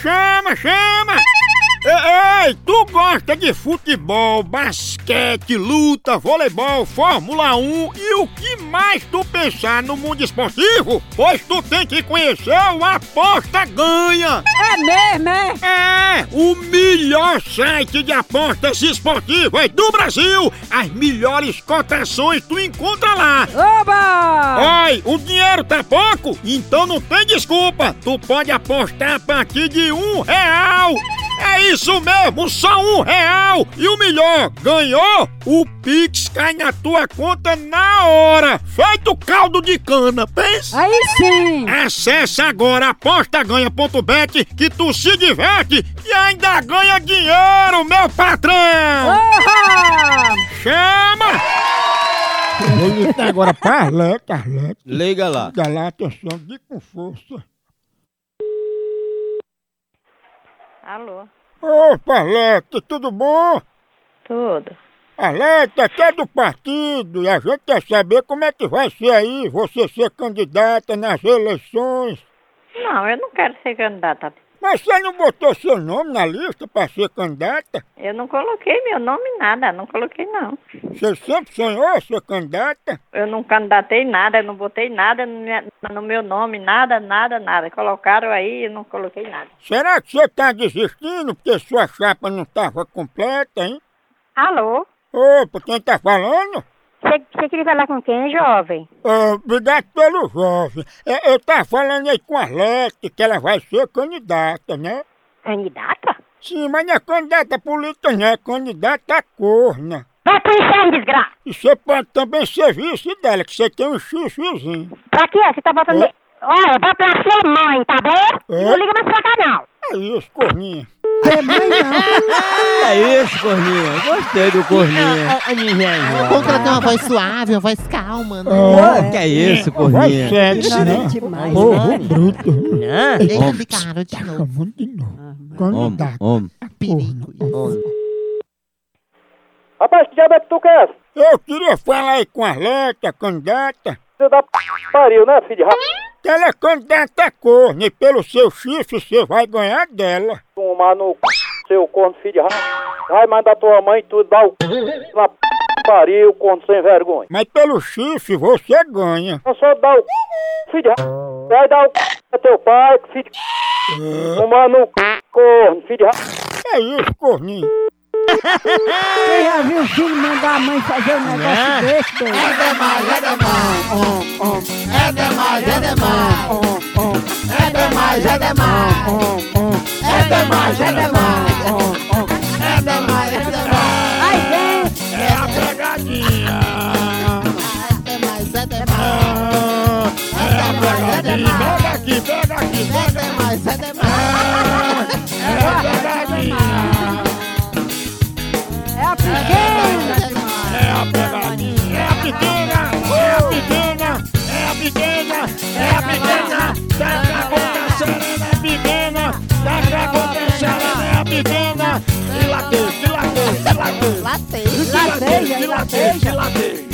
chama, chama! Ei, ei, tu gosta de futebol, basquete, luta, voleibol, Fórmula 1 e o que mais tu pensar no mundo esportivo? Pois tu tem que conhecer o Aposta Ganha! É mesmo, é? É, o melhor site de apostas esportivas do Brasil! As melhores cotações tu encontra lá! Oba! Ai, o dinheiro tá pouco? Então não tem desculpa! Tu pode apostar a partir de um real! É isso mesmo, só um real! E o melhor, ganhou? O Pix cai na tua conta na hora! Feito caldo de cana, pensa! Aí sim! Acesse agora apostaganha.bet que tu se diverte e ainda ganha dinheiro, meu patrão! Oba! Chama! agora Carlete, Carlete, Liga lá. dá lá atenção, é de com força. Alô, Ô, Carlete, tudo bom? tudo. Alerta, que é do partido, e a gente quer saber como é que vai ser aí você ser candidata nas eleições. Não, eu não quero ser candidata. Mas você não botou seu nome na lista para ser candidata? Eu não coloquei meu nome em nada, não coloquei não. Você sempre sonhou ser candidata? Eu não candidatei nada, eu não botei nada no minha- no meu nome, nada, nada, nada. Colocaram aí e eu não coloquei nada. Será que você está desistindo porque sua chapa não estava completa, hein? Alô? Opa, quem tá falando? Você queria falar com quem, jovem? Ah, Obrigado pelo jovem. É, Eu tava falando aí com a Arlete, que ela vai ser candidata, né? Candidata? Sim, mas não é candidata política, não, é candidata à corna. Vai pro inferno, desgraça! E você pode também ser vice dela, que você tem um xixozinho. Pra quê? Você tá botando... Hã? Olha, vai pra sua mãe, tá bom? Hã? Não liga mais pra cá, não. É isso, corninha. É isso, Corninha. Gostei do Corninha. Contratar uma voz suave, uma voz calma, né? Ah, Que é isso, Vai Corninha. sexy, né? demais. Porra, bruto. Deixa de cara de novo. Vamos de novo. Homem, Candidata. homem. Perigo. Rapaz, que diabo é que tu quer? Eu queria falar aí com a Arlete, a candidata. Filho da p... pariu, né, filho? de Rap... Que ela é candidata à corna e pelo seu chifre você vai ganhar dela. Tomar no c... seu corno, filho de rap... Vai mandar tua mãe e tudo, dá o c... na p... pariu, corno sem vergonha. Mas pelo chifre você ganha. Não só dá o c... filho de rap... Vai dar o c... a teu pai, filho de c... Tomar no c... corno, filho de rap... É isso, corninho. Você já viu o filho mandar a mãe fazer um negócio desse, doido? Até mais, até mais, Pega aqui, pega aqui, até mais, até mais. É a pequena! É a pegadinha, é a pequena, é a pequena, é a pequena, é a pequena, tá cagando a serena, é pequena, tá cagando a serena, é a pequena, dilatei, dilatei, dilatei, Latei. é Lateja, lateja! dilatei.